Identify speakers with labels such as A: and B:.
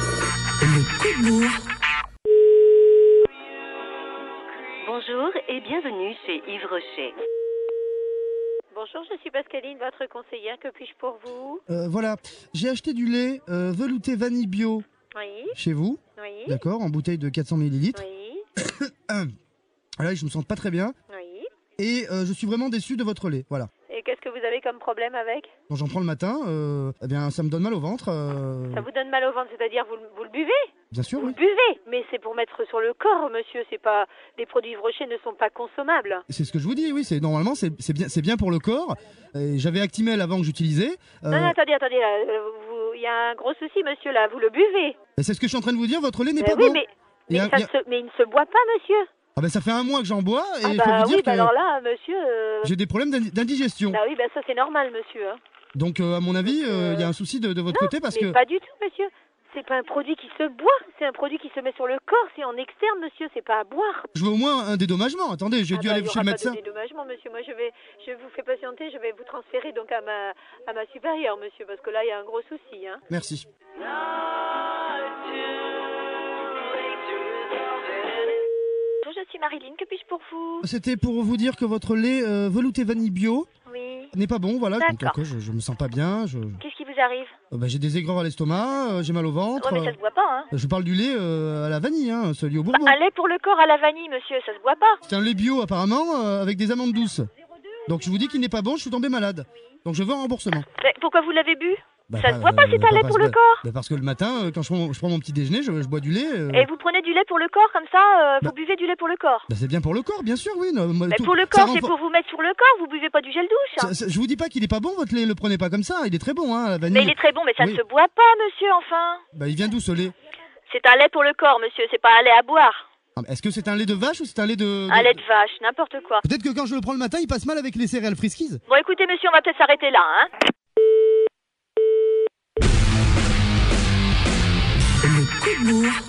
A: le coup de bourre.
B: Bonjour et bienvenue chez Yves Rocher.
C: Bonjour, je suis Pascaline, votre conseillère. Que puis-je pour vous
D: Euh, voilà, j'ai acheté du lait euh, velouté vanille bio
C: Oui,
D: chez vous,
C: oui,
D: d'accord, en bouteille de 400 ml.
C: oui,
D: Ah Là, je me sens pas très bien
C: oui.
D: et euh, je suis vraiment déçu de votre lait. Voilà.
C: Et qu'est-ce que vous avez comme problème avec
D: Quand j'en prends le matin, euh, eh bien, ça me donne mal au ventre. euh,
C: Ça vous donne mal au ventre, c'est-à-dire vous, le- vous le buvez
D: Bien sûr,
C: Vous le
D: oui.
C: buvez Mais c'est pour mettre sur le corps, monsieur. C'est pas Les produits Yves Rocher ne sont pas consommables.
D: C'est ce que je vous dis, oui. C'est normalement, c'est c'est bien, c'est bien pour le corps. Et J'avais Actimel avant que j'utilisais. euh,
C: Non, non, attendez, attendez. là, euh, vous- Il y a un gros souci, monsieur, là. Vous le buvez.
D: et c'est ce que je suis en train de vous dire. Votre lait n'est pas
C: Euh, oui,
D: bon.
C: mais,
D: Il y
C: mais,
D: a-
C: ça
D: il y a-
C: se- mais il ne se boit pas, monsieur.
D: Ah ben, ça fait un mois que j'en bois et
C: ah,
D: je peux
C: bah
D: vous dire
C: oui, bah
D: que
C: alors là, monsieur. euh,
D: j'ai des problèmes d'indi- d'indigestion.
C: Ah oui, bah ça, c'est normal, monsieur. hein.
D: Donc, euh, à mon avis,
C: Parce que-
D: euh, il y a un souci de, de votre côté parce
C: mais
D: que
C: pas du tout, monsieur. C'est pas un produit qui se boit, c'est un produit qui se met sur le corps, c'est en externe, monsieur, c'est pas à boire.
D: je veux au moins un dédommagement. Attendez, j'ai
C: Ah
D: dû
C: bah,
D: aller
C: il y
D: chez
C: aura
D: le
C: pas
D: médecin.
C: de dédommagement, monsieur. Moi, je vais, je vous fais patienter, je vais vous transférer donc à ma, à ma supérieure, monsieur, parce que là, il y a un gros souci, hein.
D: Merci.
E: Bonjour, je suis Marilyn, que puis-je pour vous
D: C'était pour vous dire que votre lait euh, velouté vanille bio
E: Oui.
D: n'est pas bon, voilà. Donc,
E: D'accord.
D: euh, je, je me sens pas bien, je, euh,
E: Qu'est-ce qui vous arrive
D: bah, j'ai des aigreurs à l'estomac, euh, j'ai mal au ventre.
E: Ouais, mais ça se boit pas, hein
D: euh, je parle du lait euh, à la vanille, hein, celui au
E: Bah,
D: bourbon.
E: Un lait pour le corps à la vanille, monsieur, ça se boit pas.
D: C'est un lait bio apparemment euh, avec des amandes douces. Donc je vous dis qu'il n'est pas bon, je suis tombé malade. Donc je veux un remboursement.
E: Mais pourquoi vous l'avez bu
D: Bah,
E: Ça se boit pas,
D: euh,
E: c'est un lait
D: bah,
E: pour le
D: bah,
E: corps.
D: bah, Parce que le matin, euh, quand je prends, je prends mon petit déjeuner, je, je bois du lait. euh,
E: Et vous prenez du lait pour le corps comme ça, euh,
D: Bah.
E: vous buvez du lait pour le corps.
D: bah, c'est bien pour le corps, bien sûr, oui. non, moi,
E: Mais
D: tout-
E: pour le
D: ça
E: corps, c'est
D: renfor-
E: pour vous mettre sur le corps, vous buvez pas du gel douche. hein.
D: ça- ça- je vous dis pas qu'il est pas bon, votre lait, le prenez pas comme ça, il est très bon, hein, à la vanille.
E: Mais il est très bon, mais ça
D: Oui.
E: ne se boit pas, monsieur, enfin.
D: Bah, il vient d'où ce lait
E: C'est un lait pour le corps, monsieur, c'est pas un lait à boire.
D: Ah, Est-ce que c'est un lait de vache ou c'est un lait de...
E: Un
D: de-
E: lait de vache, n'importe quoi.
D: Peut-être que quand je le prends le matin, il passe mal avec les céréales friskies.
E: Bon, écoutez, monsieur, on va peut-être s'arrêter là, hein.
A: Le coup de bourre.